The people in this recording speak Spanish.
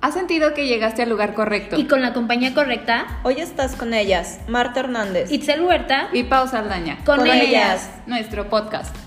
¿Has sentido que llegaste al lugar correcto? y con la compañía correcta, Hoy estás con ellas, Marta Hernández. Itzel Huerta Y Pausa Aldaña. con, Con ellas. ellas. Nuestro podcast.